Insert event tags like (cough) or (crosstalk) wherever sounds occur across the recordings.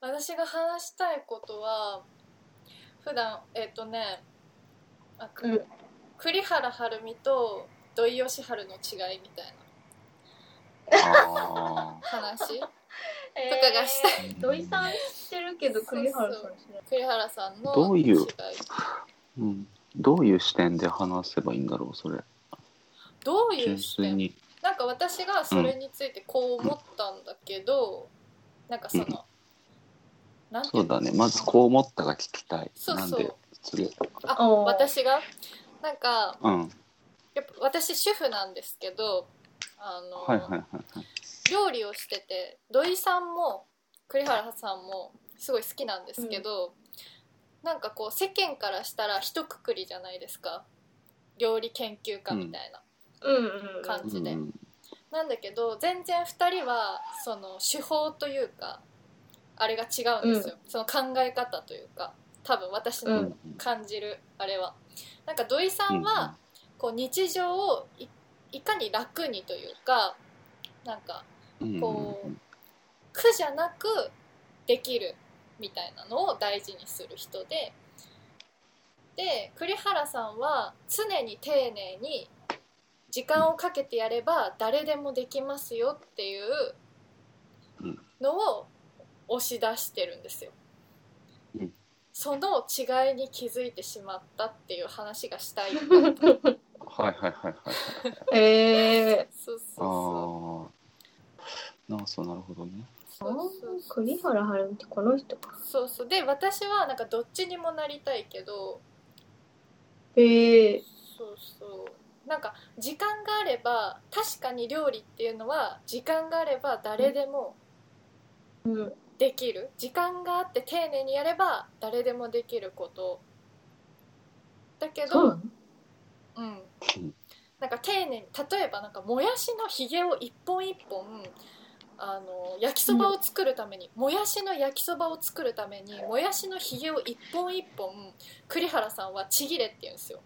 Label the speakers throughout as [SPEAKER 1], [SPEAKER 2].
[SPEAKER 1] 私が話したいことは普段えっ、とねあ、く
[SPEAKER 2] うん
[SPEAKER 1] 栗原はるみと土井善晴の違いみたい
[SPEAKER 3] あ
[SPEAKER 1] な
[SPEAKER 2] (laughs)
[SPEAKER 1] 話
[SPEAKER 2] え
[SPEAKER 1] とかがした
[SPEAKER 3] ー
[SPEAKER 2] 土井さん知ってるけど栗原さん知らない
[SPEAKER 1] 栗原さんの
[SPEAKER 3] どういう
[SPEAKER 1] 違
[SPEAKER 3] うん、どういう視点で話せばいいんだろうそれ
[SPEAKER 1] どういう
[SPEAKER 3] 純
[SPEAKER 1] 視
[SPEAKER 3] 粋
[SPEAKER 1] 点
[SPEAKER 3] に
[SPEAKER 1] なんか私がそれについてこう思ったんだけど、なんかその、
[SPEAKER 3] うん
[SPEAKER 1] なんてい
[SPEAKER 3] そうだねまずこう思ったが聞きたい
[SPEAKER 1] そう
[SPEAKER 3] なん
[SPEAKER 1] そう
[SPEAKER 3] でそれ
[SPEAKER 1] あ
[SPEAKER 2] あー
[SPEAKER 1] 私がなんか
[SPEAKER 3] うん
[SPEAKER 1] やっぱ私主婦なんですけどあの、
[SPEAKER 3] はいはいはいはい
[SPEAKER 1] 料理をしてて土井さんも栗原さんもすごい好きなんですけど、なんかこう世間からしたら一括りじゃないですか料理研究家みたいな、
[SPEAKER 2] うんうん
[SPEAKER 1] 感じ
[SPEAKER 3] う
[SPEAKER 1] で
[SPEAKER 3] ん
[SPEAKER 1] なんだけど全然2人はその手法というかあれが違うんですよ、その考え方というか多分私
[SPEAKER 3] うんう
[SPEAKER 1] の
[SPEAKER 3] ん
[SPEAKER 1] 感じるあれは、なんか土井さんは、こう日常をいいかに楽にというかなんか
[SPEAKER 3] うん
[SPEAKER 1] こう苦じゃなくできるみたいなのを大事にする人でで栗原さんは常に丁寧に時間をかけてやれば誰でもできますよっていうのを押し出してるんですよ
[SPEAKER 3] うん。
[SPEAKER 1] その違いに気づいてしまったっていう話がしたい。
[SPEAKER 3] (laughs) はいはいはいはい
[SPEAKER 2] え
[SPEAKER 1] そうそう
[SPEAKER 3] あ
[SPEAKER 1] そう。
[SPEAKER 3] あなあそうなるほどね
[SPEAKER 1] そうそうそう
[SPEAKER 2] ー、栗原はるみってこの人か
[SPEAKER 1] そうそうで私はなんかどっちにもなりたいけど
[SPEAKER 2] えー、
[SPEAKER 1] そうそうなんか時間があれば確かに料理っていうのは時間があれば誰でも
[SPEAKER 2] うん
[SPEAKER 1] できる時間があって丁寧にやれば誰でもできることだけ
[SPEAKER 2] そう
[SPEAKER 1] ど
[SPEAKER 2] なの
[SPEAKER 1] うん
[SPEAKER 3] うん
[SPEAKER 1] なんか丁寧に例えばなんかもやしのひげを一本一本あの焼きそばを作るために、もやしの焼きそばを作るためにもやしのひげを一本一本栗原さんはちぎれって言うんですよ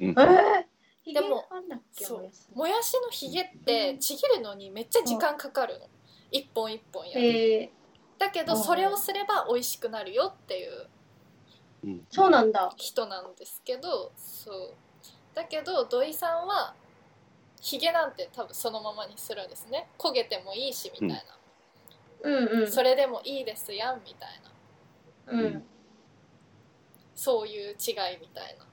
[SPEAKER 3] うん
[SPEAKER 2] えー、
[SPEAKER 1] でも
[SPEAKER 2] あんだっけ
[SPEAKER 1] そう
[SPEAKER 2] おやつ
[SPEAKER 1] もやしのひげってちぎるのにめっちゃ時間かかるの一本一本やる、
[SPEAKER 2] えー、
[SPEAKER 1] だけどそれをすれば美味しくなるよっていう
[SPEAKER 3] うん
[SPEAKER 2] そうなんだ
[SPEAKER 1] 人なんですけどそうだけど土井さんはひげなんて多分そのままにするんですね焦げてもいいしみたいな、
[SPEAKER 2] うんうん
[SPEAKER 1] それでもいいですやんみたいな
[SPEAKER 2] うん
[SPEAKER 1] そういう違いみたいな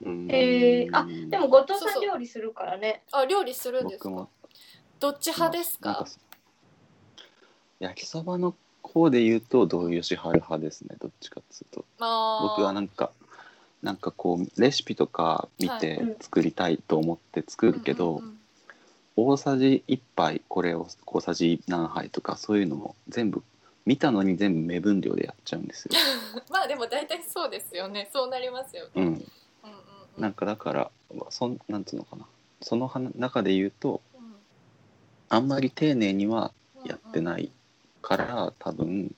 [SPEAKER 3] うん
[SPEAKER 2] えー、あでも後藤さん料理するからね
[SPEAKER 1] あ料理するんです
[SPEAKER 3] 僕
[SPEAKER 1] か
[SPEAKER 3] も
[SPEAKER 1] どっち派です
[SPEAKER 3] なん
[SPEAKER 1] か
[SPEAKER 3] そ焼きそばの方で言うと同義派派ですねどっちかっつうと
[SPEAKER 1] あー
[SPEAKER 3] 僕はなんかなんかこうレシピとか見て
[SPEAKER 2] はい
[SPEAKER 3] 作りたいと思って作るけど、
[SPEAKER 1] うんうんうん
[SPEAKER 3] 大さじ1杯これを小さじ何杯とかそういうのを全部見たのに全部目分量でやっちゃう
[SPEAKER 1] (laughs)
[SPEAKER 3] んですよ。
[SPEAKER 1] まあでも大体そうですよねそうなりますよね、
[SPEAKER 3] うん、
[SPEAKER 1] うんうんうん
[SPEAKER 3] なんかだからそんなんつうのかなそのはな中で言うと
[SPEAKER 1] うん
[SPEAKER 3] あんまり丁寧には
[SPEAKER 1] うん
[SPEAKER 3] やってないから多分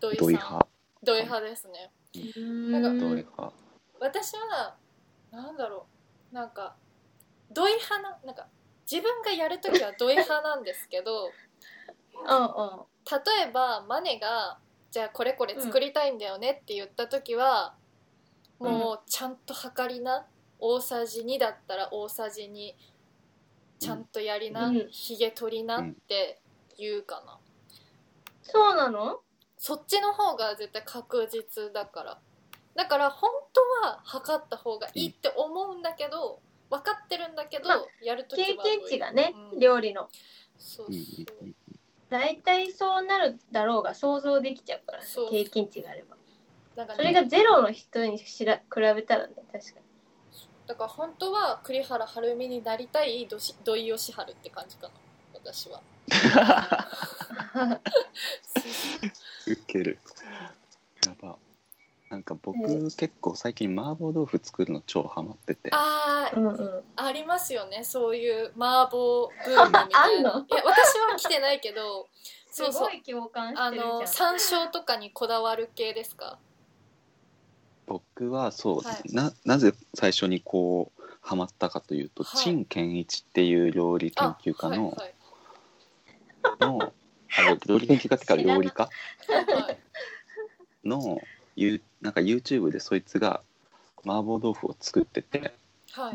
[SPEAKER 1] 土井さん
[SPEAKER 3] 土井派
[SPEAKER 1] 土井派ですね
[SPEAKER 2] なん
[SPEAKER 1] か
[SPEAKER 3] 土井
[SPEAKER 2] うん
[SPEAKER 3] 派
[SPEAKER 1] 私はなんだろうなんか土井派ななんか自分がやるときは土井派なんですけど
[SPEAKER 3] (laughs)
[SPEAKER 2] うん
[SPEAKER 1] 例えばマネが「じゃあこれこれ作りたいんだよね」って言った時は、
[SPEAKER 3] うん
[SPEAKER 1] もうちゃんと測りな大さじ2だったら大さじ2ちゃんとやりな
[SPEAKER 2] うん
[SPEAKER 1] ひげ、取りなって言うかな、
[SPEAKER 2] そうなの
[SPEAKER 1] そっちの方が絶対確実だからだから本当は測った方がいいって思うんだけど分かってるんだけど、
[SPEAKER 2] まあ
[SPEAKER 1] やると
[SPEAKER 2] 経
[SPEAKER 1] きは
[SPEAKER 2] 験値がね、
[SPEAKER 1] うん
[SPEAKER 2] 料理の
[SPEAKER 1] そう
[SPEAKER 3] うん
[SPEAKER 1] そう (laughs)
[SPEAKER 3] うん
[SPEAKER 2] 大体そうなるだろうが想像できちゃうからね
[SPEAKER 1] そう
[SPEAKER 2] 経験値があれば
[SPEAKER 1] だから
[SPEAKER 2] それがゼロの人にしら比べたらね確かに
[SPEAKER 1] だから本当は栗原はるみになりたい土し土井善晴って感じかな私
[SPEAKER 2] (laughs)
[SPEAKER 1] は
[SPEAKER 3] ウケるやばなんか僕結構最近麻婆豆腐作るの超ハマってて
[SPEAKER 1] あ
[SPEAKER 2] うんうん
[SPEAKER 1] あありますよねそういう麻婆ブームみたい
[SPEAKER 2] あん
[SPEAKER 1] な
[SPEAKER 2] の
[SPEAKER 1] いや私は来てないけど
[SPEAKER 2] す
[SPEAKER 1] そうそ
[SPEAKER 2] ご
[SPEAKER 1] う
[SPEAKER 2] い共感し
[SPEAKER 1] あ
[SPEAKER 2] てるじゃん
[SPEAKER 1] の山椒とかにこだわる系ですか
[SPEAKER 3] 僕はそう、
[SPEAKER 1] はい
[SPEAKER 3] ななぜ最初にこうハマったかというと、
[SPEAKER 1] はい
[SPEAKER 3] 陳健一っていう料理研
[SPEAKER 1] あ
[SPEAKER 3] 究家の,、
[SPEAKER 1] はいはい
[SPEAKER 3] のあの料理研究家ってか
[SPEAKER 2] 知らな
[SPEAKER 3] 料理家
[SPEAKER 1] (laughs) はい
[SPEAKER 3] のゆなんか YouTube でそいつが麻婆豆腐を作ってて
[SPEAKER 1] はい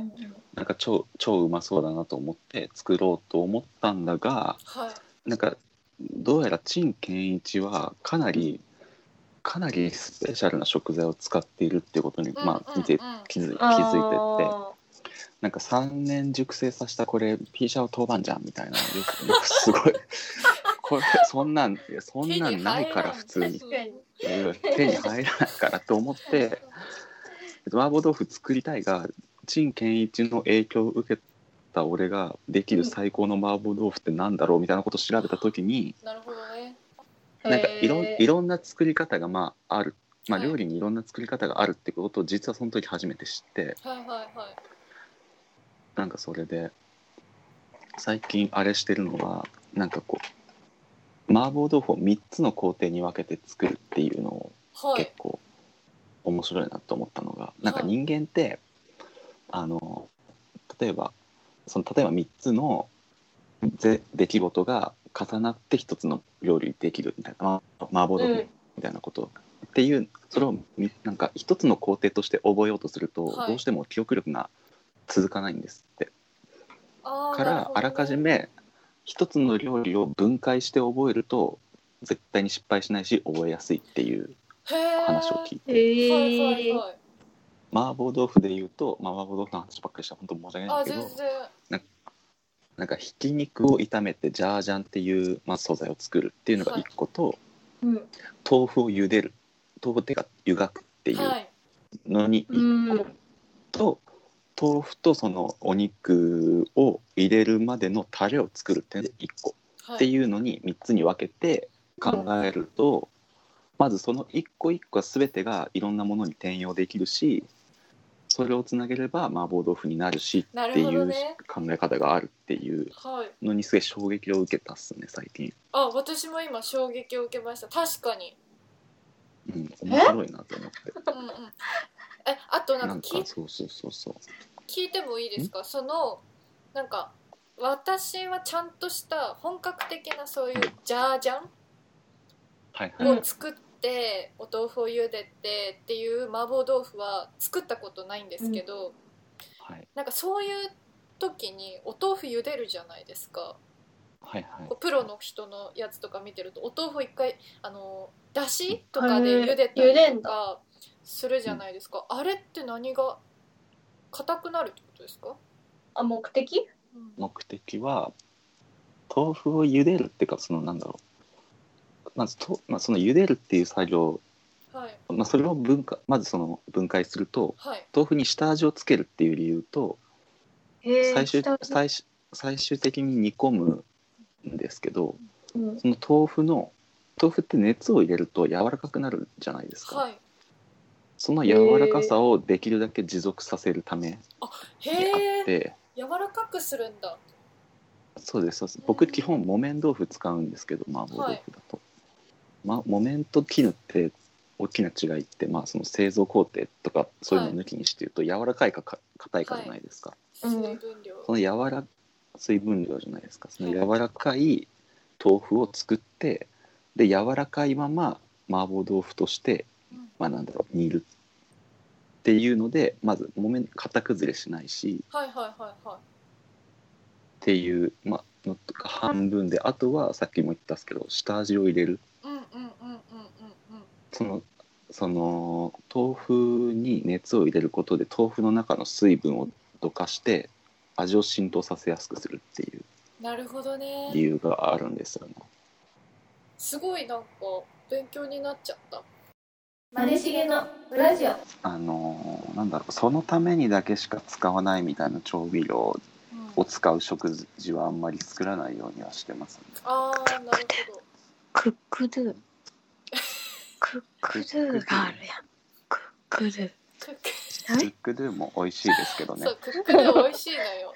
[SPEAKER 3] なんか超超うまそうだなと思って作ろうと思ったんだが
[SPEAKER 1] はい
[SPEAKER 3] なんかどうやら陳建一はかなりかなりスペシャルな食材を使っているってことに、まあ、見て
[SPEAKER 1] うんうんうん
[SPEAKER 3] 気づ気
[SPEAKER 2] あー
[SPEAKER 3] づいてってなんか3年熟成させたこれピーシャオ豆板醤みたいなよくよくすごいこれそんなんいやそんなんないから普通に
[SPEAKER 2] 確かに
[SPEAKER 3] うん手に入らないからと思って麻婆豆腐作りたいが陳建一の影響を受けた俺ができる最高の麻婆豆腐ってなんだろうみたいなことを調べた時に
[SPEAKER 1] なるほどね
[SPEAKER 3] なんかいろん
[SPEAKER 2] へー
[SPEAKER 3] いろんな作り方がまあある、まあ、
[SPEAKER 1] はい
[SPEAKER 3] 料理にいろんな作り方があるってことを実はその時初めて知って
[SPEAKER 1] はいはいはい
[SPEAKER 3] なんかそれで最近あれしてるのはなんかこう麻婆豆腐を3つの工程に分けて作るっていうのを
[SPEAKER 1] はい
[SPEAKER 3] 結構面白いなと思ったのがなんか
[SPEAKER 1] はい
[SPEAKER 3] 人間ってあの例えばその例えば3つのぜ出来事が重なって1つの料理できるみたいなま麻婆豆
[SPEAKER 2] う
[SPEAKER 3] 腐
[SPEAKER 2] ん
[SPEAKER 3] みたいなこと、っていうそれをみなんか1つの工程として覚えようとすると、
[SPEAKER 1] はい
[SPEAKER 3] どうしても記憶力が続かないんですって。
[SPEAKER 1] あー
[SPEAKER 3] か
[SPEAKER 1] なるほ
[SPEAKER 3] ら
[SPEAKER 1] どね
[SPEAKER 3] あらかじめ1つの料理を分解して覚えると絶対に失敗しないし覚えやすいっていう
[SPEAKER 1] へー
[SPEAKER 3] 話を聞いて。
[SPEAKER 1] はいはい
[SPEAKER 2] へえ
[SPEAKER 1] はい
[SPEAKER 3] 麻婆豆腐で言うと、まあ、麻婆豆腐の話ばっかりした本当申し訳ない
[SPEAKER 1] あ
[SPEAKER 3] んですけど
[SPEAKER 1] 全然
[SPEAKER 3] なんかひき肉を炒めてジャージャンっていう、まあ、素材を作るっていうのが
[SPEAKER 1] はい
[SPEAKER 3] 一個と、
[SPEAKER 2] うん
[SPEAKER 3] 豆腐を茹でる豆腐手が湯がくってい
[SPEAKER 1] は
[SPEAKER 3] う
[SPEAKER 1] い
[SPEAKER 3] のに
[SPEAKER 2] う
[SPEAKER 3] 一個
[SPEAKER 2] ん
[SPEAKER 3] と、豆腐とそのお肉を入れるまでのタレを作るっていうので一個
[SPEAKER 1] はい
[SPEAKER 3] っていうのに3つに分けて考えると、まずその一個一個は全てがいろんなものに転用できるしそれをつなげれば麻婆豆腐になるし
[SPEAKER 1] な
[SPEAKER 3] って
[SPEAKER 1] るほ
[SPEAKER 3] い
[SPEAKER 1] ど
[SPEAKER 3] う
[SPEAKER 1] ね
[SPEAKER 3] 考え方があるっていう
[SPEAKER 1] はい
[SPEAKER 3] のにすごい衝撃を受けたっすね最近、
[SPEAKER 1] あ私も今衝撃を受けました確かに
[SPEAKER 3] うん、面白いなと思って
[SPEAKER 1] うんうんえあとな
[SPEAKER 3] なんん
[SPEAKER 1] か聞
[SPEAKER 3] か
[SPEAKER 1] い
[SPEAKER 3] そうそうそうそう
[SPEAKER 1] 聞いてもいいですかそのなんか私はちゃんとした本格的なそういうジャージャ
[SPEAKER 3] はいはい、
[SPEAKER 1] ンを作って、お豆腐を茹でてっていう麻婆豆腐は作ったことないんですけど、
[SPEAKER 3] はい
[SPEAKER 1] なんかそういう時にお豆腐茹でるじゃないですか
[SPEAKER 3] はいはい
[SPEAKER 1] こうプロの人のやつとか見てるとお豆腐一回あのだしとかで茹でた
[SPEAKER 2] へー茹で
[SPEAKER 1] り
[SPEAKER 2] ん
[SPEAKER 1] とかするじゃないですか、あれって何が硬くなるってことですか、
[SPEAKER 2] あ目的
[SPEAKER 1] うん
[SPEAKER 3] 目的は豆腐を茹でるっていうかそのなんだろうまずと、まあ、その茹でるっていう作業、
[SPEAKER 1] はい
[SPEAKER 3] まあ、それを分解まずその分解すると、
[SPEAKER 1] はい
[SPEAKER 3] 豆腐に下味をつけるっていう理由と
[SPEAKER 2] へえ
[SPEAKER 3] 最終
[SPEAKER 2] 下
[SPEAKER 3] 最終最終的に煮込むんですけど
[SPEAKER 2] うん
[SPEAKER 3] その豆腐の豆腐って熱を入れると柔らかくなるじゃないですか、
[SPEAKER 1] はい
[SPEAKER 3] その柔らかさをできるだけ持続させるためであ
[SPEAKER 1] へ
[SPEAKER 3] っ
[SPEAKER 1] え
[SPEAKER 3] て、
[SPEAKER 1] 柔らかくするんだ
[SPEAKER 3] そうですそうです
[SPEAKER 1] う
[SPEAKER 3] 僕
[SPEAKER 1] ん
[SPEAKER 3] 基本木綿豆腐使うんですけど麻婆豆腐だと、ま、木綿と絹って大きな違いって、まあ、その製造工程とかそういうのを抜きにして言うと柔らかいかか硬いかじゃないですか、
[SPEAKER 1] 水分量、
[SPEAKER 3] その柔ら水分量じゃないですかその柔らかい豆腐を作ってで柔らかいまま麻婆豆腐として、
[SPEAKER 1] うん
[SPEAKER 3] まあ、なんだろう煮るっていうのでまず木綿型崩れしないし
[SPEAKER 1] はいはいはいは
[SPEAKER 3] っていう、まあ、のとか半分であとはさっきも言ったんですけど下味を入れる
[SPEAKER 1] いうんうんうんうんうんうん
[SPEAKER 3] そのその豆腐に熱を入れることで豆腐の中の水分をどかして味を浸透させやすくするっていう
[SPEAKER 1] なるほど
[SPEAKER 3] 理
[SPEAKER 1] ね
[SPEAKER 3] 由があるんですよね。
[SPEAKER 1] すごいなんか勉強になっちゃった
[SPEAKER 2] マネしげのラジオ
[SPEAKER 3] あのーなんだろうそのためにだけしか使わないみたいな調味料
[SPEAKER 1] うん
[SPEAKER 3] を使う食事はあんまり作らないようにはしてます、ね、
[SPEAKER 1] ああなるほど
[SPEAKER 4] クックドゥ。クックドゥがあるやん。クックドゥ。
[SPEAKER 1] クッ
[SPEAKER 3] クックドゥも美味しいですけど
[SPEAKER 1] ク
[SPEAKER 3] ね
[SPEAKER 1] そうクックで美味しいのよ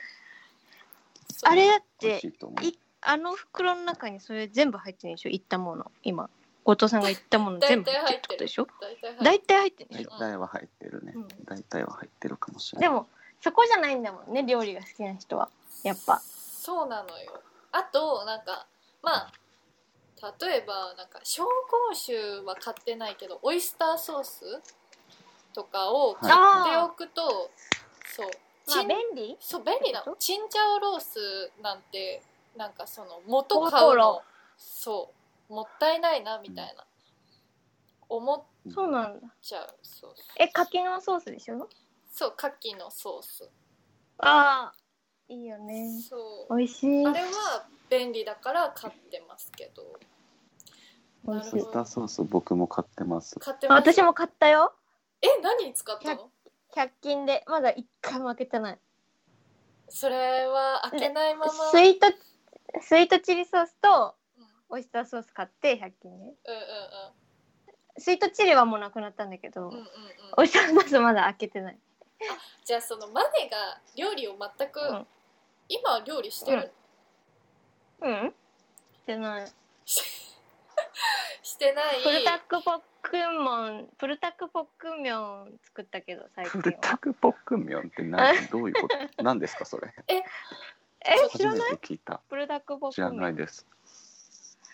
[SPEAKER 1] そう
[SPEAKER 4] あれだっ
[SPEAKER 3] 美
[SPEAKER 4] て
[SPEAKER 3] 味し、いと思う
[SPEAKER 4] いあの袋の中にそれ全部入ってるでしょ言ったもの。今、後藤さんが言ったもの全部入ってるってことでしょ
[SPEAKER 1] 大体はい
[SPEAKER 4] 大体入ってるで
[SPEAKER 3] 大
[SPEAKER 4] しょ
[SPEAKER 3] 体は入ってるね、
[SPEAKER 4] うん
[SPEAKER 3] 大体は入ってるかもしれな
[SPEAKER 4] で
[SPEAKER 3] い
[SPEAKER 4] も、そこじゃないんだもんね、料理が好きな人は。やっぱ。
[SPEAKER 1] そうなのよあとなんかまあ例えばなんか紹興酒は買ってないけどオイスターソースとかを買っておくと、そう
[SPEAKER 2] ま
[SPEAKER 1] チ
[SPEAKER 2] あ
[SPEAKER 1] ン
[SPEAKER 2] 便利
[SPEAKER 1] そう便利な
[SPEAKER 2] ってこ
[SPEAKER 1] の
[SPEAKER 2] と
[SPEAKER 1] チンジャオロースなんてなんかその元買うの
[SPEAKER 2] 元の
[SPEAKER 1] そうもったいないなみたいな、思っ
[SPEAKER 4] そうなんだ。
[SPEAKER 1] ちゃうそうそう
[SPEAKER 2] え、柿のソースでしょ
[SPEAKER 1] そう牡蠣のソース、
[SPEAKER 4] ああ。いいよね。
[SPEAKER 1] そう
[SPEAKER 2] 美味しい
[SPEAKER 1] あ。れは便利だから買ってますけど
[SPEAKER 2] 美
[SPEAKER 1] なる
[SPEAKER 2] 味し
[SPEAKER 1] ほ
[SPEAKER 2] い
[SPEAKER 3] ウ。スターソース僕も買ってます
[SPEAKER 1] 買ってます
[SPEAKER 2] 私も買ったよ。
[SPEAKER 1] え何に使ったの
[SPEAKER 2] 100均で。まだ一回も開けてない。
[SPEAKER 1] それは開けないまま
[SPEAKER 2] スイート、スイートチリソースと
[SPEAKER 1] うんうん
[SPEAKER 2] オイスターソース買って100均で。
[SPEAKER 1] う
[SPEAKER 2] スイートチリはもうなくなったんだけ
[SPEAKER 1] んう
[SPEAKER 2] ど、
[SPEAKER 1] んうんうんう
[SPEAKER 2] オ
[SPEAKER 1] ん
[SPEAKER 2] イスターソースまだ開けてない。
[SPEAKER 1] じゃあそのマネが料理を全く、
[SPEAKER 2] うん
[SPEAKER 1] 今は料理してる、
[SPEAKER 2] うんうんしてない。
[SPEAKER 1] してない
[SPEAKER 4] プルタックポックンモン、プルタックポックンミョン作ったけど、最近
[SPEAKER 3] プルタ
[SPEAKER 4] は。
[SPEAKER 3] クポックンミョンって何どういう
[SPEAKER 4] (laughs)
[SPEAKER 3] こと何ですかそれ
[SPEAKER 4] え、知
[SPEAKER 3] 初
[SPEAKER 4] ら
[SPEAKER 3] め
[SPEAKER 4] ない
[SPEAKER 3] て聞いた
[SPEAKER 4] プルタックポッ
[SPEAKER 3] 知
[SPEAKER 4] ク
[SPEAKER 3] ら
[SPEAKER 4] ンミ
[SPEAKER 3] な
[SPEAKER 4] ョ
[SPEAKER 3] い
[SPEAKER 4] ン。
[SPEAKER 3] です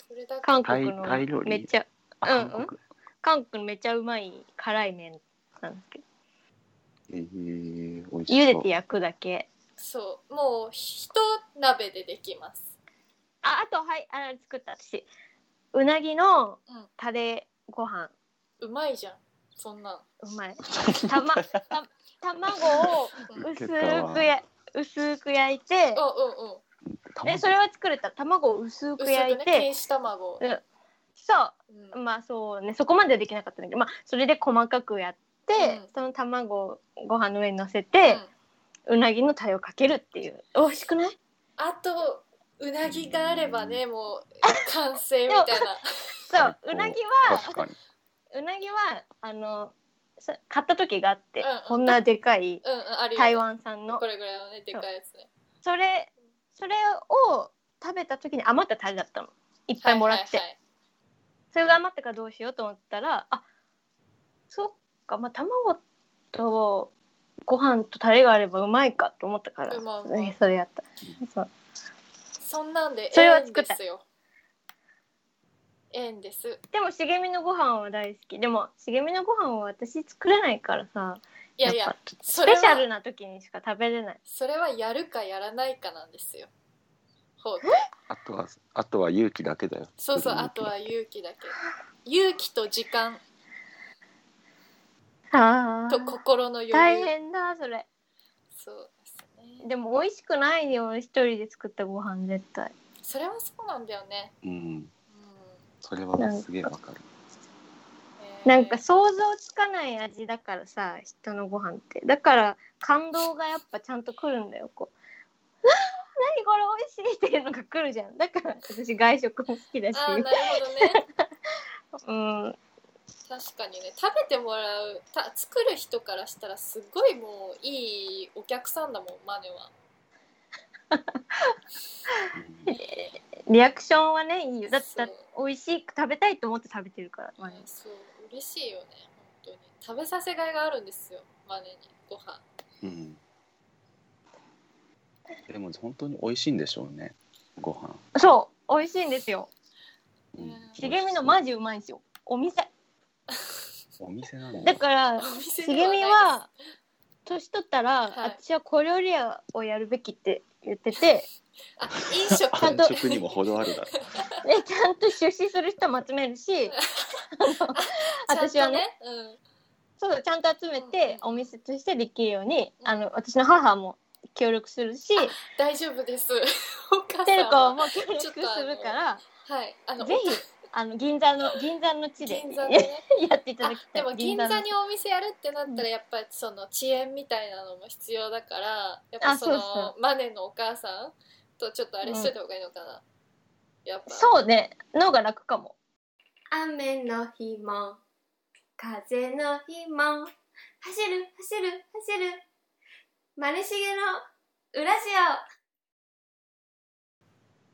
[SPEAKER 1] それだけ
[SPEAKER 4] 韓国の
[SPEAKER 3] タイタイ料理
[SPEAKER 4] めっちゃ、
[SPEAKER 3] あ
[SPEAKER 4] うん
[SPEAKER 3] 韓国
[SPEAKER 4] 韓国のめっちゃうまい辛い麺なんですけど、
[SPEAKER 3] えー、美味し
[SPEAKER 4] 茹で
[SPEAKER 3] そう
[SPEAKER 4] て焼くだけ。
[SPEAKER 1] そうもう一鍋でできます
[SPEAKER 4] あ、あと、はい、あの作った私。うなぎ
[SPEAKER 1] う
[SPEAKER 4] の
[SPEAKER 1] ん
[SPEAKER 4] タレご飯。
[SPEAKER 1] うまいじゃんそんなん
[SPEAKER 4] うま (laughs) い。たま、た卵を
[SPEAKER 1] うん
[SPEAKER 4] 薄くや、薄く焼いて、
[SPEAKER 1] あうんうん
[SPEAKER 4] え、それは作れた。卵を薄
[SPEAKER 1] 薄
[SPEAKER 4] く
[SPEAKER 1] く
[SPEAKER 4] 焼い
[SPEAKER 1] ね
[SPEAKER 4] て、
[SPEAKER 1] 錦糸卵を、
[SPEAKER 4] そう。
[SPEAKER 1] うん
[SPEAKER 4] まあそうねそこまではできなかったんだけど、まあ、それで細かくやって、
[SPEAKER 1] うん
[SPEAKER 4] その卵をご飯の上に乗せて、うなぎのタレをかけるっていう美味しくない
[SPEAKER 1] あとうなぎがあればねもう完成みたいな
[SPEAKER 4] そう
[SPEAKER 3] 最高
[SPEAKER 4] うなぎ
[SPEAKER 3] 確
[SPEAKER 4] は
[SPEAKER 3] かに
[SPEAKER 4] うなぎはあのさ買った時があって、
[SPEAKER 1] うんうん
[SPEAKER 4] こんなでかい
[SPEAKER 1] うんうんあるよね
[SPEAKER 4] 台湾産の
[SPEAKER 1] これぐらいのねでかいやつね
[SPEAKER 4] それそれを食べた時に余ったタレだったのいっぱいもらって、
[SPEAKER 1] はいはい
[SPEAKER 4] それが余ったからどうしようと思ったらあそっかまあ卵とご飯とタレがあればうまいかと思ったから
[SPEAKER 1] うまうま
[SPEAKER 4] それそれやったそう
[SPEAKER 1] そんなんで
[SPEAKER 4] それは
[SPEAKER 1] ええん
[SPEAKER 4] 作っ
[SPEAKER 1] で
[SPEAKER 4] た
[SPEAKER 1] すよええんです
[SPEAKER 4] でも茂みのご飯は大好きでも茂みのご飯は私作れないからさ
[SPEAKER 1] いやいや
[SPEAKER 4] っぱス
[SPEAKER 1] それ
[SPEAKER 4] ペ
[SPEAKER 1] は
[SPEAKER 4] シャルな時にしか食べれない
[SPEAKER 1] それはやるかやらないかなんですよほう
[SPEAKER 3] あとはあとは勇気だけだよ
[SPEAKER 1] そうそうあとは勇気だけ勇気と時間
[SPEAKER 4] あ
[SPEAKER 1] と心の余裕
[SPEAKER 4] 大変だそれ
[SPEAKER 1] そうですね
[SPEAKER 4] でも美味しくないよ一人で作ったご飯絶対
[SPEAKER 1] それはそうなんだよね、
[SPEAKER 3] うん
[SPEAKER 1] う
[SPEAKER 3] それはすげえわかる
[SPEAKER 1] えー
[SPEAKER 4] なんか想像つかない味だからさ人のご飯ってだから感動がやっぱちゃんと来るんだよこう「うわー何これ美味しい」っていうのが来るじゃんだから私外食も好きだし
[SPEAKER 1] あーなるほどね
[SPEAKER 4] (laughs) うん
[SPEAKER 1] 確かにね食べてもらうた作る人からしたらすごいもういいお客さんだもんマネは
[SPEAKER 3] うん
[SPEAKER 4] リアクションはねいいよだって
[SPEAKER 1] そう
[SPEAKER 4] 美味しく食べたいと思って食べてるから、まあ
[SPEAKER 1] ねそう嬉しいよね本当に食べさせがいがあるんですよマネにご飯
[SPEAKER 3] うんでも本当に美味しいんでしょうねご飯
[SPEAKER 4] そう美味しいんですよ
[SPEAKER 3] うん
[SPEAKER 4] 茂みのマジうまいんですよお店
[SPEAKER 3] お店なの
[SPEAKER 4] だから
[SPEAKER 1] お店
[SPEAKER 4] 茂
[SPEAKER 1] ではない
[SPEAKER 4] みは年取ったら、
[SPEAKER 1] はい
[SPEAKER 4] 私は小料理屋をやるべきって言ってて
[SPEAKER 1] あ飲食
[SPEAKER 4] ちゃんと
[SPEAKER 3] 繁殖にも程あるだろ
[SPEAKER 4] でちゃんと出資する人も集めるしあの (laughs) 私はね
[SPEAKER 1] ちゃんとね
[SPEAKER 4] そうちゃんと集めて
[SPEAKER 1] うん
[SPEAKER 4] お店としてできるように、
[SPEAKER 1] うん
[SPEAKER 4] あの私の母も協力するし
[SPEAKER 1] 大丈夫です
[SPEAKER 4] (laughs)
[SPEAKER 1] お母さん
[SPEAKER 4] テレコ
[SPEAKER 1] は
[SPEAKER 4] も協力するから
[SPEAKER 1] はいあの
[SPEAKER 4] ぜひあの銀座の銀座の地で
[SPEAKER 1] 銀座でね
[SPEAKER 4] (laughs) やっていた
[SPEAKER 1] あ
[SPEAKER 4] だきた
[SPEAKER 1] (laughs) で
[SPEAKER 4] い
[SPEAKER 1] も銀座
[SPEAKER 4] の
[SPEAKER 1] にお店やるってなったらやっぱりその遅延みたいなのも必要だからやっぱその
[SPEAKER 4] あそう
[SPEAKER 1] マネのお母さんとちょっとあれしといた方がいいのかな、やっぱ
[SPEAKER 4] そうねの方が楽かも
[SPEAKER 2] 雨の日も風の日も走る走る走るマネしげのウラジ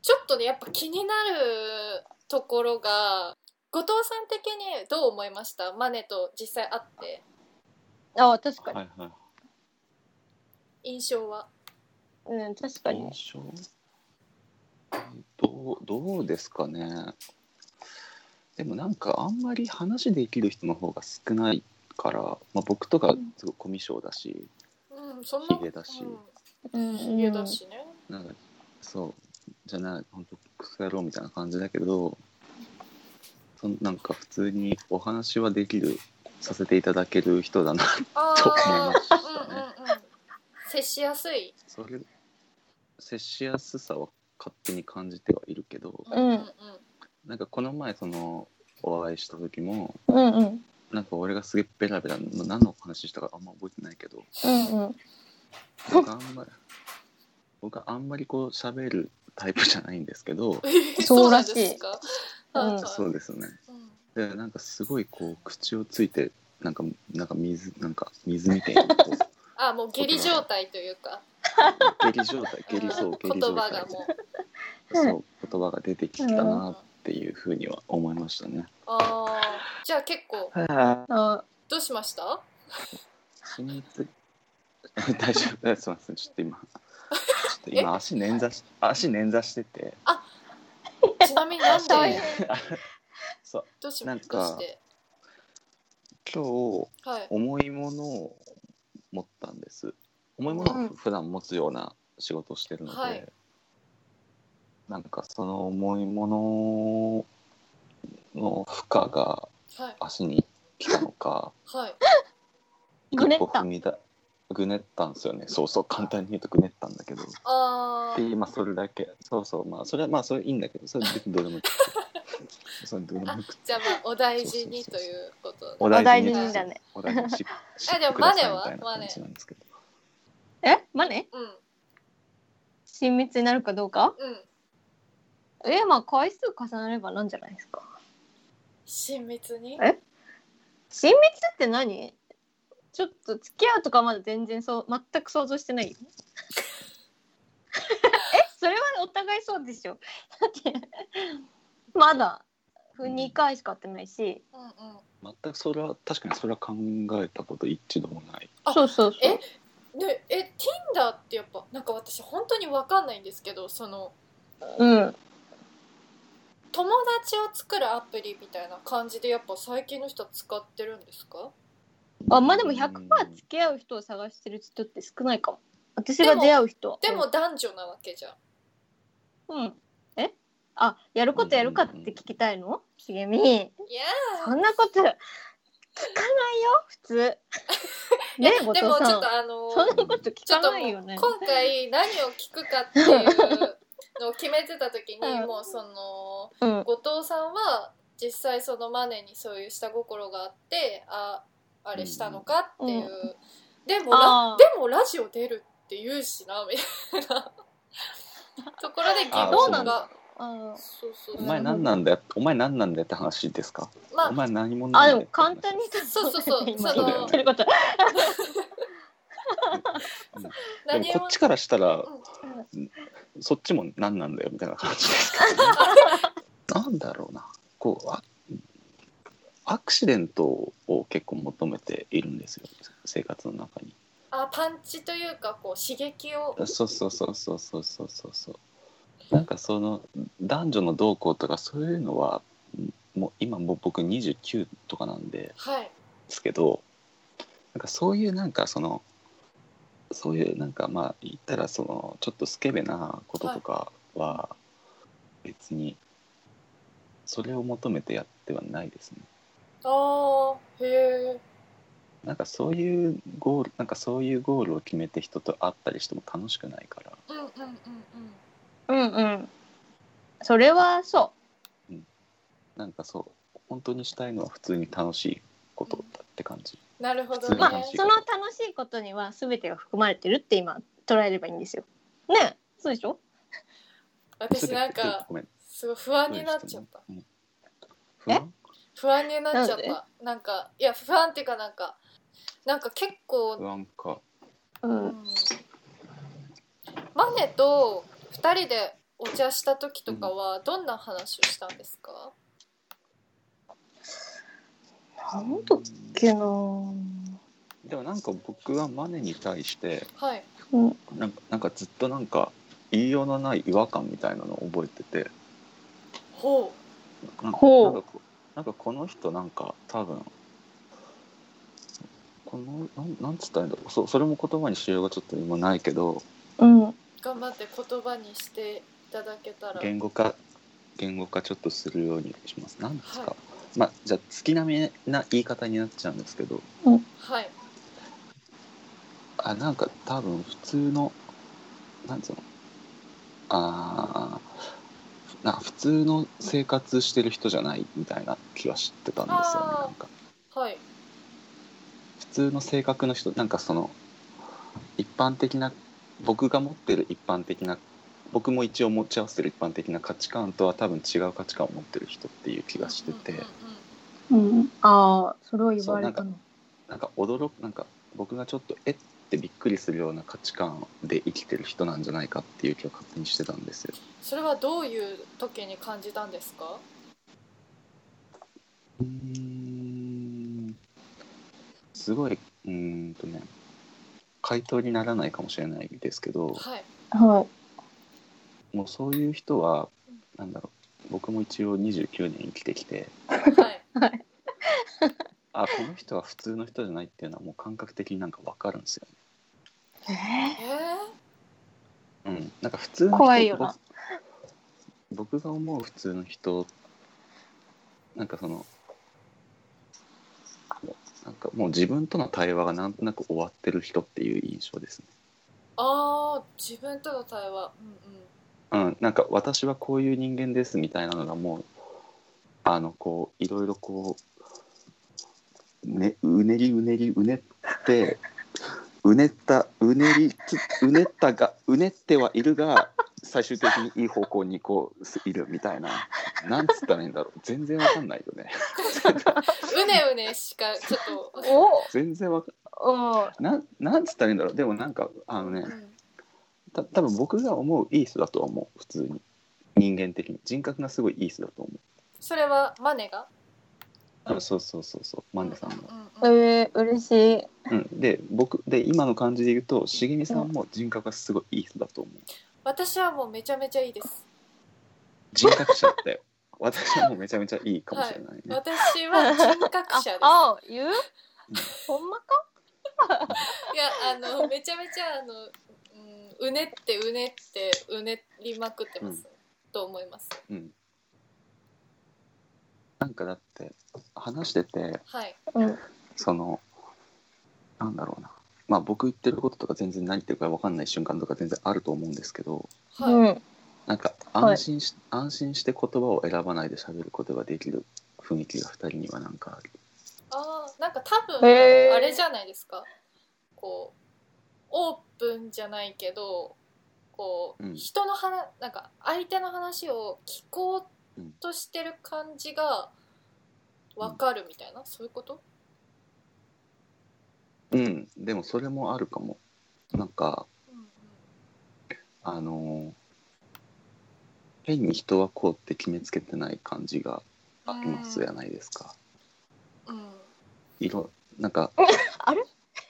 [SPEAKER 1] ちょっとねやっぱ気になるところが後藤さん的にどう思いましたマネと実際会って
[SPEAKER 4] あ (laughs) 確か
[SPEAKER 3] う
[SPEAKER 4] に、
[SPEAKER 3] はいはい
[SPEAKER 1] 印象は
[SPEAKER 4] うん確かに
[SPEAKER 3] 印象どうどうですかねでもなんかあんまり話できる人の方が少ないから、まあ、僕とかすごいコミュ障だし、
[SPEAKER 1] うん、そんな
[SPEAKER 3] ヒゲだし
[SPEAKER 4] うん
[SPEAKER 1] うん、ヒゲだしね、
[SPEAKER 3] なんかそうじゃない本当クソ野郎みたいな感じだけどそんなんか普通にお話はできるさせていただける人だな
[SPEAKER 1] あ
[SPEAKER 3] と思いま
[SPEAKER 1] あ
[SPEAKER 3] したね。
[SPEAKER 1] うんうんうん接しやすい、
[SPEAKER 3] それ接しやすさは勝手に感じてはいるけど
[SPEAKER 1] うんうんうん、
[SPEAKER 3] なんかこの前そのお会いした時も
[SPEAKER 4] うんうん
[SPEAKER 3] なんか俺がすげえベラベラまあ何の話したかあんま覚えてないけど
[SPEAKER 4] うんうん
[SPEAKER 3] 僕あん
[SPEAKER 1] (laughs)
[SPEAKER 3] まり僕はあんまりこう喋るタイプじゃないんですけど
[SPEAKER 1] (laughs)
[SPEAKER 4] そうらし
[SPEAKER 1] なん
[SPEAKER 4] い
[SPEAKER 1] ですか
[SPEAKER 4] うん
[SPEAKER 1] はいはい
[SPEAKER 3] そうですよね
[SPEAKER 1] うん
[SPEAKER 3] でなんかすごいこう口をついてなんかなんか水なんか水みたいなこう
[SPEAKER 1] あもう下痢状態というか
[SPEAKER 3] 下痢状態下痢そう下痢
[SPEAKER 1] (laughs) 言
[SPEAKER 3] 状
[SPEAKER 1] 葉
[SPEAKER 3] 態
[SPEAKER 1] がもう
[SPEAKER 3] そう言葉が出てきたなっていうふうには思いましたね。
[SPEAKER 1] あーじゃあ結構
[SPEAKER 3] は
[SPEAKER 4] あ
[SPEAKER 1] どうしました
[SPEAKER 3] 死につ (laughs) 大丈夫 (laughs) ですすいませんちょっと今ちょっ
[SPEAKER 4] (laughs)
[SPEAKER 3] と今足捻挫し足捻挫してて
[SPEAKER 1] ちなみになん
[SPEAKER 4] そうい
[SPEAKER 1] で
[SPEAKER 4] う
[SPEAKER 3] (laughs) そう
[SPEAKER 1] どうし
[SPEAKER 3] な
[SPEAKER 1] ま
[SPEAKER 3] ん
[SPEAKER 1] し
[SPEAKER 3] か
[SPEAKER 1] どうして
[SPEAKER 3] 今日
[SPEAKER 1] はい
[SPEAKER 3] 重いものを持ったんです重いものを普段持つような仕事をしてるので、
[SPEAKER 1] はい
[SPEAKER 3] なんかその重いものの負荷が
[SPEAKER 1] はい
[SPEAKER 3] 足に来たのか
[SPEAKER 1] はい
[SPEAKER 4] ぐねっ
[SPEAKER 3] 一歩
[SPEAKER 4] た
[SPEAKER 3] 踏みだぐねったんですよねそうそう簡単に言うとぐねったんだけど
[SPEAKER 1] あ
[SPEAKER 3] で
[SPEAKER 1] ー
[SPEAKER 3] 今それだけそうそうまあそれはまあそれいいんだけどそれ別にどう
[SPEAKER 4] (laughs)
[SPEAKER 3] でもいいそれどうでも
[SPEAKER 1] あ
[SPEAKER 3] よく
[SPEAKER 1] じゃあまあお大事にということで
[SPEAKER 3] お
[SPEAKER 4] 大事に
[SPEAKER 3] です
[SPEAKER 4] だね
[SPEAKER 3] お大事
[SPEAKER 4] (laughs)
[SPEAKER 3] にし
[SPEAKER 1] えでも
[SPEAKER 3] してください
[SPEAKER 1] マネは
[SPEAKER 3] みたいな感じなんですけど
[SPEAKER 4] えマネ
[SPEAKER 1] うん
[SPEAKER 4] 親密になるかどうか
[SPEAKER 1] うん
[SPEAKER 4] えまあ回数重なればなんじゃないですか
[SPEAKER 1] 親密に
[SPEAKER 4] え親密って何ちょっと付き合うとかまだ全然そう全く想像してない
[SPEAKER 1] (laughs)
[SPEAKER 4] よえそれはお互いそうでしょだってまだ2回しか会ってないし、
[SPEAKER 1] うんうん
[SPEAKER 3] 全くそれは確かにそれは考えたこと一度もない
[SPEAKER 1] あ
[SPEAKER 4] そうそうそう
[SPEAKER 1] えでえ Tinder ってやっぱなんか私本当にわかんないんですけどその
[SPEAKER 4] うん
[SPEAKER 1] 友達を作るアプリみたいな感じでやっぱ最近の人は使ってるんですか
[SPEAKER 4] あまあでも100%
[SPEAKER 3] うん
[SPEAKER 4] 付き合う人を探してる人って少ないかも私が出会う人は
[SPEAKER 1] でも男女なわけじゃん
[SPEAKER 4] うんえあやることやるかって聞きたいの茂み
[SPEAKER 1] いや
[SPEAKER 4] そんなこと聞かないよ普
[SPEAKER 1] (laughs)
[SPEAKER 4] 通ねえ後
[SPEAKER 1] ーで
[SPEAKER 4] 藤
[SPEAKER 1] もち
[SPEAKER 4] さ
[SPEAKER 1] ょっ
[SPEAKER 4] ん
[SPEAKER 1] とあ
[SPEAKER 4] そん
[SPEAKER 1] の
[SPEAKER 4] なこと聞
[SPEAKER 1] ちょ
[SPEAKER 4] か
[SPEAKER 1] っと
[SPEAKER 4] な
[SPEAKER 1] もう
[SPEAKER 4] いよね。
[SPEAKER 1] 今回何を聞くかっていうのを決めてた時に
[SPEAKER 4] うん
[SPEAKER 1] もうその
[SPEAKER 4] うん
[SPEAKER 1] 後藤さんは実際そのマネにそういう下心があってああれしたのかっていう、
[SPEAKER 4] う
[SPEAKER 1] でも
[SPEAKER 4] あ
[SPEAKER 1] ラ
[SPEAKER 4] ー
[SPEAKER 1] でもラジオ出るって言うしなみたい
[SPEAKER 4] (laughs)
[SPEAKER 1] なところで疑
[SPEAKER 4] そ
[SPEAKER 3] あ
[SPEAKER 4] う
[SPEAKER 1] 問
[SPEAKER 4] なん
[SPEAKER 1] が
[SPEAKER 4] だあ
[SPEAKER 1] そうそう
[SPEAKER 3] お
[SPEAKER 1] そう
[SPEAKER 3] 前何なんだよお前何なんだよって話ですか、
[SPEAKER 1] ま
[SPEAKER 3] お
[SPEAKER 1] あ
[SPEAKER 3] 前何者
[SPEAKER 4] ー
[SPEAKER 3] なん
[SPEAKER 4] あ
[SPEAKER 3] だ
[SPEAKER 4] で
[SPEAKER 3] よ
[SPEAKER 4] も簡単に
[SPEAKER 1] そうそうそう
[SPEAKER 4] 今
[SPEAKER 1] そ
[SPEAKER 3] の
[SPEAKER 4] 言ってること。
[SPEAKER 3] でも
[SPEAKER 1] 何
[SPEAKER 3] こ
[SPEAKER 1] も
[SPEAKER 3] っちからしたら
[SPEAKER 4] うん
[SPEAKER 3] そっちも何なんだよみたいな感じですからねなんだろうなこうあアクシデントを結構求めているんですよ生活の中に
[SPEAKER 1] あパンチというかこう刺激を
[SPEAKER 3] そうそうそうそうそうそうそうそうなんかその男女の動向とかそういうのはもう今もう僕29とかなんで
[SPEAKER 1] はい
[SPEAKER 3] ですけどなんかそういうなんかそのそういうなんかまあ言ったらそのちょっとスケベなこととかは別にそれを求めてやってはないですね。
[SPEAKER 1] ああへえ
[SPEAKER 3] なんかそういうゴールなんかそういうゴールを決めて人と会ったりしても楽しくないから
[SPEAKER 1] うんうんうんうん
[SPEAKER 4] うんうん。それはそ
[SPEAKER 3] なんかそう本当にしたいのは普通に楽しいことだって感じ。
[SPEAKER 1] なるほど
[SPEAKER 3] 普
[SPEAKER 1] ね、
[SPEAKER 4] う。
[SPEAKER 3] 通
[SPEAKER 4] ま
[SPEAKER 3] の
[SPEAKER 4] あ
[SPEAKER 3] 話
[SPEAKER 4] その楽しいことには全てが含まれてるって今捉えればいいんですよ。ねえそうでしょ？
[SPEAKER 1] 私なん
[SPEAKER 3] ちょっと
[SPEAKER 1] か
[SPEAKER 3] ごめん
[SPEAKER 1] すごい不安になっちゃった
[SPEAKER 3] うん不安
[SPEAKER 1] 不安になっちゃっ
[SPEAKER 4] なんで
[SPEAKER 1] たなんかいや不安っていうかなんかなんか結構、
[SPEAKER 3] 不安か。
[SPEAKER 4] う。
[SPEAKER 1] うんん、マネと2人でお茶した時とかはどんな話をしたんですか、
[SPEAKER 4] なんだっけな。
[SPEAKER 3] でもなんか僕はマネに対して
[SPEAKER 1] はい
[SPEAKER 4] うん
[SPEAKER 3] なんかなんかずっとなんか言いようのない違和感みたいなのを覚えてて
[SPEAKER 1] ほ
[SPEAKER 3] なん
[SPEAKER 4] ほう
[SPEAKER 3] なんかこうなんかこの人なんか多分このなんなんつったらいいんだろうそそれも言葉にしようがちょっと今ないけど
[SPEAKER 4] うん
[SPEAKER 1] 頑張って言葉にしていただけたら
[SPEAKER 3] 言語化言語化ちょっとするようにします何ですか、
[SPEAKER 1] は
[SPEAKER 3] まあじゃあ月並みな言い方になっちゃうんですけど
[SPEAKER 1] はい
[SPEAKER 3] あなんか多分普通のなんつうのあーな普通の生活してる人じゃないみたいな気は知ってたんですよね
[SPEAKER 1] あー
[SPEAKER 3] なんか
[SPEAKER 1] はい
[SPEAKER 3] 普通の性格の人なんかその一般的な僕が持ってる一般的な僕も一応持ち合わせてる一般的な価値観とは多分違う価値観を持ってる人っていう気がしてて、
[SPEAKER 1] うんうん
[SPEAKER 4] うんああそれを言われた
[SPEAKER 3] そう
[SPEAKER 4] の
[SPEAKER 3] なんか驚くなんか僕がちょっとえってびっくりするような価値観で生きてる人なんじゃないかっていう気を勝手にしてたんですよ。
[SPEAKER 1] それはどういう時に感じたんですか
[SPEAKER 3] うーんすごいうーんとね回答にならないかもしれないですけど、
[SPEAKER 1] はい
[SPEAKER 4] はい
[SPEAKER 3] もうそういう人はなんだろう僕も一応29年生きてきて
[SPEAKER 1] はい (laughs)
[SPEAKER 3] あこの人は普通の人じゃないっていうのはもう感覚的になんか分かるんですよ
[SPEAKER 4] ええ
[SPEAKER 1] えー、
[SPEAKER 3] ね。うん、なんか普通の人
[SPEAKER 4] 怖いよな
[SPEAKER 3] 僕僕が思う普通の人なんかそのなんかもう自分との対話がなんとなく終わってる人っていう印象ですね。
[SPEAKER 1] ああ自分との対話うんうん
[SPEAKER 3] うん、なんか私はこういう人間ですみたいなのがもうあのこういろいろこう、ね、うねりうねりうねってうねったうねりつうねったがうねってはいるが最終的にいい方向にこうすいるみたいななんつったらいいんだろう全然わかんないよね
[SPEAKER 1] うねうねしかちょっと、
[SPEAKER 4] お
[SPEAKER 3] 全然わか
[SPEAKER 4] お
[SPEAKER 3] なんなんつったらいいんだろうでもなんかあのね
[SPEAKER 1] うん
[SPEAKER 3] た多分僕が思ういい人だと思う普通に人間的に人格がすごいいい人だと思う
[SPEAKER 1] それはマネが
[SPEAKER 3] あそうそうそうそうマンデさんも
[SPEAKER 1] う。んうんうん
[SPEAKER 4] えー、嬉しい
[SPEAKER 3] うん、で僕で今の感じで言うと茂みさんも人格がすごいいい人だと思う
[SPEAKER 1] 私はもうめちゃめちゃいいです
[SPEAKER 3] 人格者だよ私はもうめちゃめちゃいいかもしれないね、
[SPEAKER 1] 私は人格者です
[SPEAKER 4] (laughs) ああ言うほんまか
[SPEAKER 1] いやあのめちゃめちゃあの、うん、うねってうねってうねりまくってます、
[SPEAKER 3] うん
[SPEAKER 1] と思います
[SPEAKER 3] うんなんかだって話してて
[SPEAKER 1] はい
[SPEAKER 4] うん
[SPEAKER 3] そのなんだろうなまあ僕言ってることとか全然何言ってるか分かんない瞬間とか全然あると思うんですけど
[SPEAKER 1] はい、
[SPEAKER 4] うん
[SPEAKER 3] なんか
[SPEAKER 4] はい
[SPEAKER 3] 安心し、安心して言葉を選ばないで喋ることができる雰囲気が2人にはなんかある
[SPEAKER 1] ああなんか多分
[SPEAKER 4] へー
[SPEAKER 1] あれじゃないですかこうオープンじゃないけどこう、
[SPEAKER 3] うん
[SPEAKER 1] 人の話なんか相手の話を聞こうとしてる感じがわかるみたいな、そういうこと
[SPEAKER 3] うんでもそれもあるかもなんか
[SPEAKER 1] うんうん
[SPEAKER 3] あのー変に人はこうって決めつけてない感じがありますじゃないですか。
[SPEAKER 1] うん
[SPEAKER 3] 色なんか
[SPEAKER 4] あれ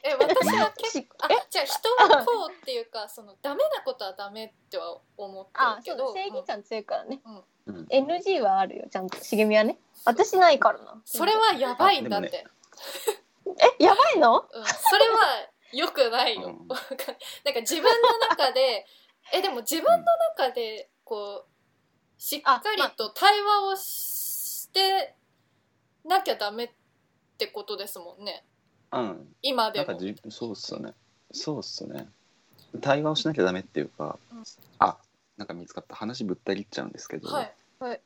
[SPEAKER 1] え私は結構
[SPEAKER 4] し
[SPEAKER 1] あじゃあ人はこうっていうかそのダメなことはダメっては思
[SPEAKER 4] あ
[SPEAKER 1] って
[SPEAKER 4] そ
[SPEAKER 1] るけど
[SPEAKER 4] うだ正義
[SPEAKER 1] うん
[SPEAKER 4] 感強いからね、
[SPEAKER 3] うん
[SPEAKER 4] NG はあるよちゃんと茂みはね私ないからな
[SPEAKER 1] それはやばいんだって、
[SPEAKER 3] あで
[SPEAKER 4] えやばいの
[SPEAKER 1] うん、それは良くないよ、
[SPEAKER 3] う
[SPEAKER 1] な
[SPEAKER 3] ん
[SPEAKER 1] んか自分の中
[SPEAKER 3] (laughs)
[SPEAKER 1] でえでも自分の中でこうしっかりと対話をしてなきゃダメってことですもんね
[SPEAKER 3] うん
[SPEAKER 1] 今
[SPEAKER 3] な
[SPEAKER 1] で
[SPEAKER 3] んか
[SPEAKER 1] も
[SPEAKER 3] じそうっすよねそうっすよね対話をしなきゃダメっていうか、
[SPEAKER 1] うん
[SPEAKER 3] あなんか見つかった話ぶったりっちゃうんですけど、
[SPEAKER 1] はい
[SPEAKER 3] な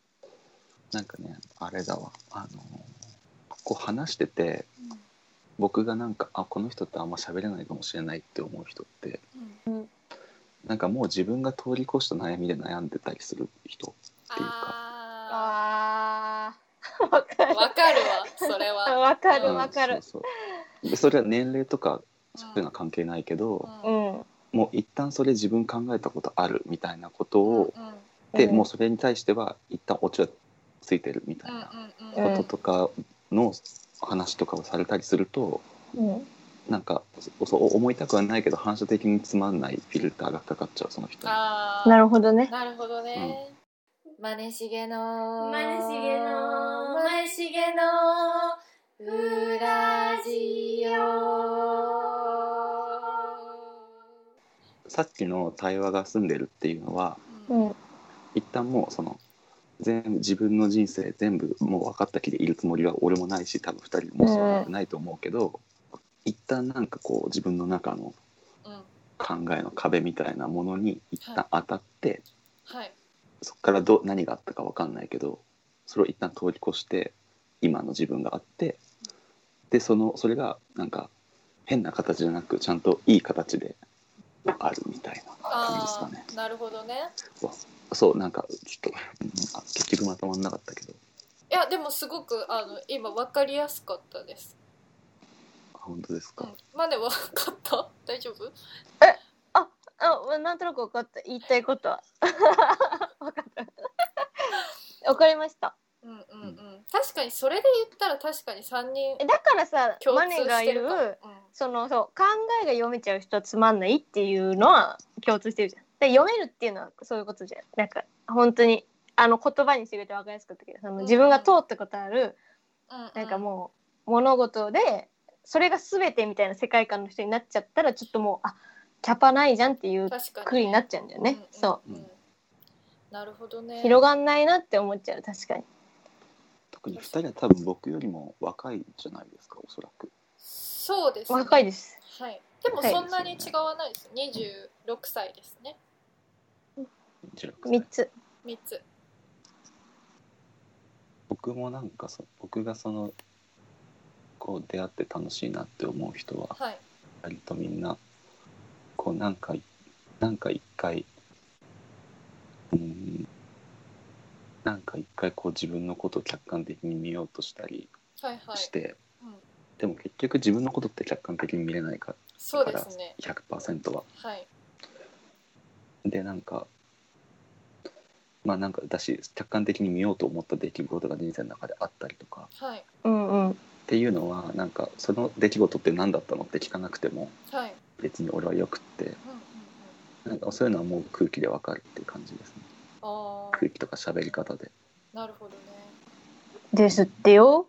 [SPEAKER 3] んかねあれだわあのーこう話してて僕がなんかあこの人ってあんま喋れないかもしれないって思う人って
[SPEAKER 1] うん
[SPEAKER 3] なんかもう自分が通り越した悩みで悩んでたりする人っていうか
[SPEAKER 1] あ
[SPEAKER 4] あーわか
[SPEAKER 1] ー
[SPEAKER 4] る
[SPEAKER 1] わかるわそれは、
[SPEAKER 4] わか
[SPEAKER 1] う
[SPEAKER 4] る
[SPEAKER 1] ん
[SPEAKER 4] わかる
[SPEAKER 3] そうそうでそれは年齢とかそういうのは関係ないけど、
[SPEAKER 1] うん
[SPEAKER 4] うん
[SPEAKER 3] もう一旦それ自分考えたことあるみたいなこと
[SPEAKER 1] うん
[SPEAKER 3] を、
[SPEAKER 1] うん
[SPEAKER 3] で
[SPEAKER 4] うん
[SPEAKER 3] もうそれに対しては一旦オチはついてるみたいな
[SPEAKER 1] うんうんうん
[SPEAKER 3] こととかの話とかをされたりすると、
[SPEAKER 4] うん
[SPEAKER 3] なんかそそう思いたくはないけど反射的につまんないフィルターがかかっちゃうその人に。
[SPEAKER 1] あー
[SPEAKER 4] なるほどね
[SPEAKER 1] なるほどね、まねしげの
[SPEAKER 2] まねしげの
[SPEAKER 1] まねしげのウラジオ
[SPEAKER 3] さっきの対話が済んでるっていうのは
[SPEAKER 4] うん
[SPEAKER 3] 一旦もうその全部自分の人生全部もう分かった気でいるつもりは俺もないし多分2人もそうなってないと思うけど、一旦なんかこう自分の中の
[SPEAKER 1] うん
[SPEAKER 3] 考えの壁みたいなものに一旦当たって、
[SPEAKER 1] はい
[SPEAKER 3] そこからど何があったか分かんないけどそれを一旦通り越して今の自分があってでそのそれがなんか変な形じゃなくちゃんといい形であるみたいな感じですか
[SPEAKER 1] あ
[SPEAKER 3] ね。
[SPEAKER 1] あなるほどね
[SPEAKER 3] そうなんかちょっとうんあ結局まとまんなかったけど
[SPEAKER 1] いやでもすごくあの今分かりやすかったです、
[SPEAKER 3] あ本当です
[SPEAKER 1] う
[SPEAKER 3] か
[SPEAKER 1] ん、マネ分かった (laughs) 大丈夫
[SPEAKER 4] あ、なんとなく分かった。言いたいことは。 (laughs) 分かった。分かりました。
[SPEAKER 1] うんうんうん確かにそれで言ったら確かに3人
[SPEAKER 4] えだからさ、
[SPEAKER 1] 共
[SPEAKER 4] マ
[SPEAKER 1] 通
[SPEAKER 4] ネ
[SPEAKER 1] し
[SPEAKER 4] が
[SPEAKER 1] て
[SPEAKER 4] 言
[SPEAKER 1] るかも
[SPEAKER 4] う、そのそう考えが読めちゃう人はつまんないっていうのは共通してるじゃん。で読めるっていうのはそういうことじゃん。なんか本当にあの言葉にしてくれて分かりやすかったけど、その自分が通ったことある、
[SPEAKER 1] うんうん
[SPEAKER 4] なんかもう物事でそれが全てみたいな世界観の人になっちゃったらちょっともうあキャパないじゃんっていう
[SPEAKER 1] 確か
[SPEAKER 4] くりになっちゃうんだよね。そ
[SPEAKER 1] んんんなるほど
[SPEAKER 4] う
[SPEAKER 1] ね
[SPEAKER 4] 広がんないなって思っちゃう確かに。
[SPEAKER 3] 特に2人は多分僕よりも若いじゃないですかおそらく
[SPEAKER 1] そうです、ね、
[SPEAKER 4] 若いです。
[SPEAKER 1] はい、でも
[SPEAKER 4] はい
[SPEAKER 1] そんなに違わないです、26歳ですね
[SPEAKER 3] 16歳
[SPEAKER 4] 三つ。
[SPEAKER 1] 3つ
[SPEAKER 3] 僕もなんかそ僕がそのこう出会って楽しいなって思う人は
[SPEAKER 1] はい
[SPEAKER 3] 割とみんなこうなんかなんか一回うんなんか一回こう自分のことを客観的に見ようとしたり
[SPEAKER 1] はいはい
[SPEAKER 3] し
[SPEAKER 1] う
[SPEAKER 3] て、
[SPEAKER 1] ん
[SPEAKER 3] でも結局自分のことって客観的に見れないか
[SPEAKER 1] そうですね
[SPEAKER 3] ら100%は。
[SPEAKER 1] はい
[SPEAKER 3] でなんかまあなんかだし客観的に見ようと思った出来事が人生の中であったりとか
[SPEAKER 1] はい
[SPEAKER 4] うんうん。
[SPEAKER 3] っていうのはなんかその出来事って何だったのって聞かなくても
[SPEAKER 1] はい、
[SPEAKER 3] 別に俺はよくって
[SPEAKER 1] うんうんうん、
[SPEAKER 3] なんかそういうのはもう空気でわかるっていう感じですね
[SPEAKER 1] あ
[SPEAKER 3] 空気とか喋り方で
[SPEAKER 1] あなるほどね
[SPEAKER 4] ですってよ。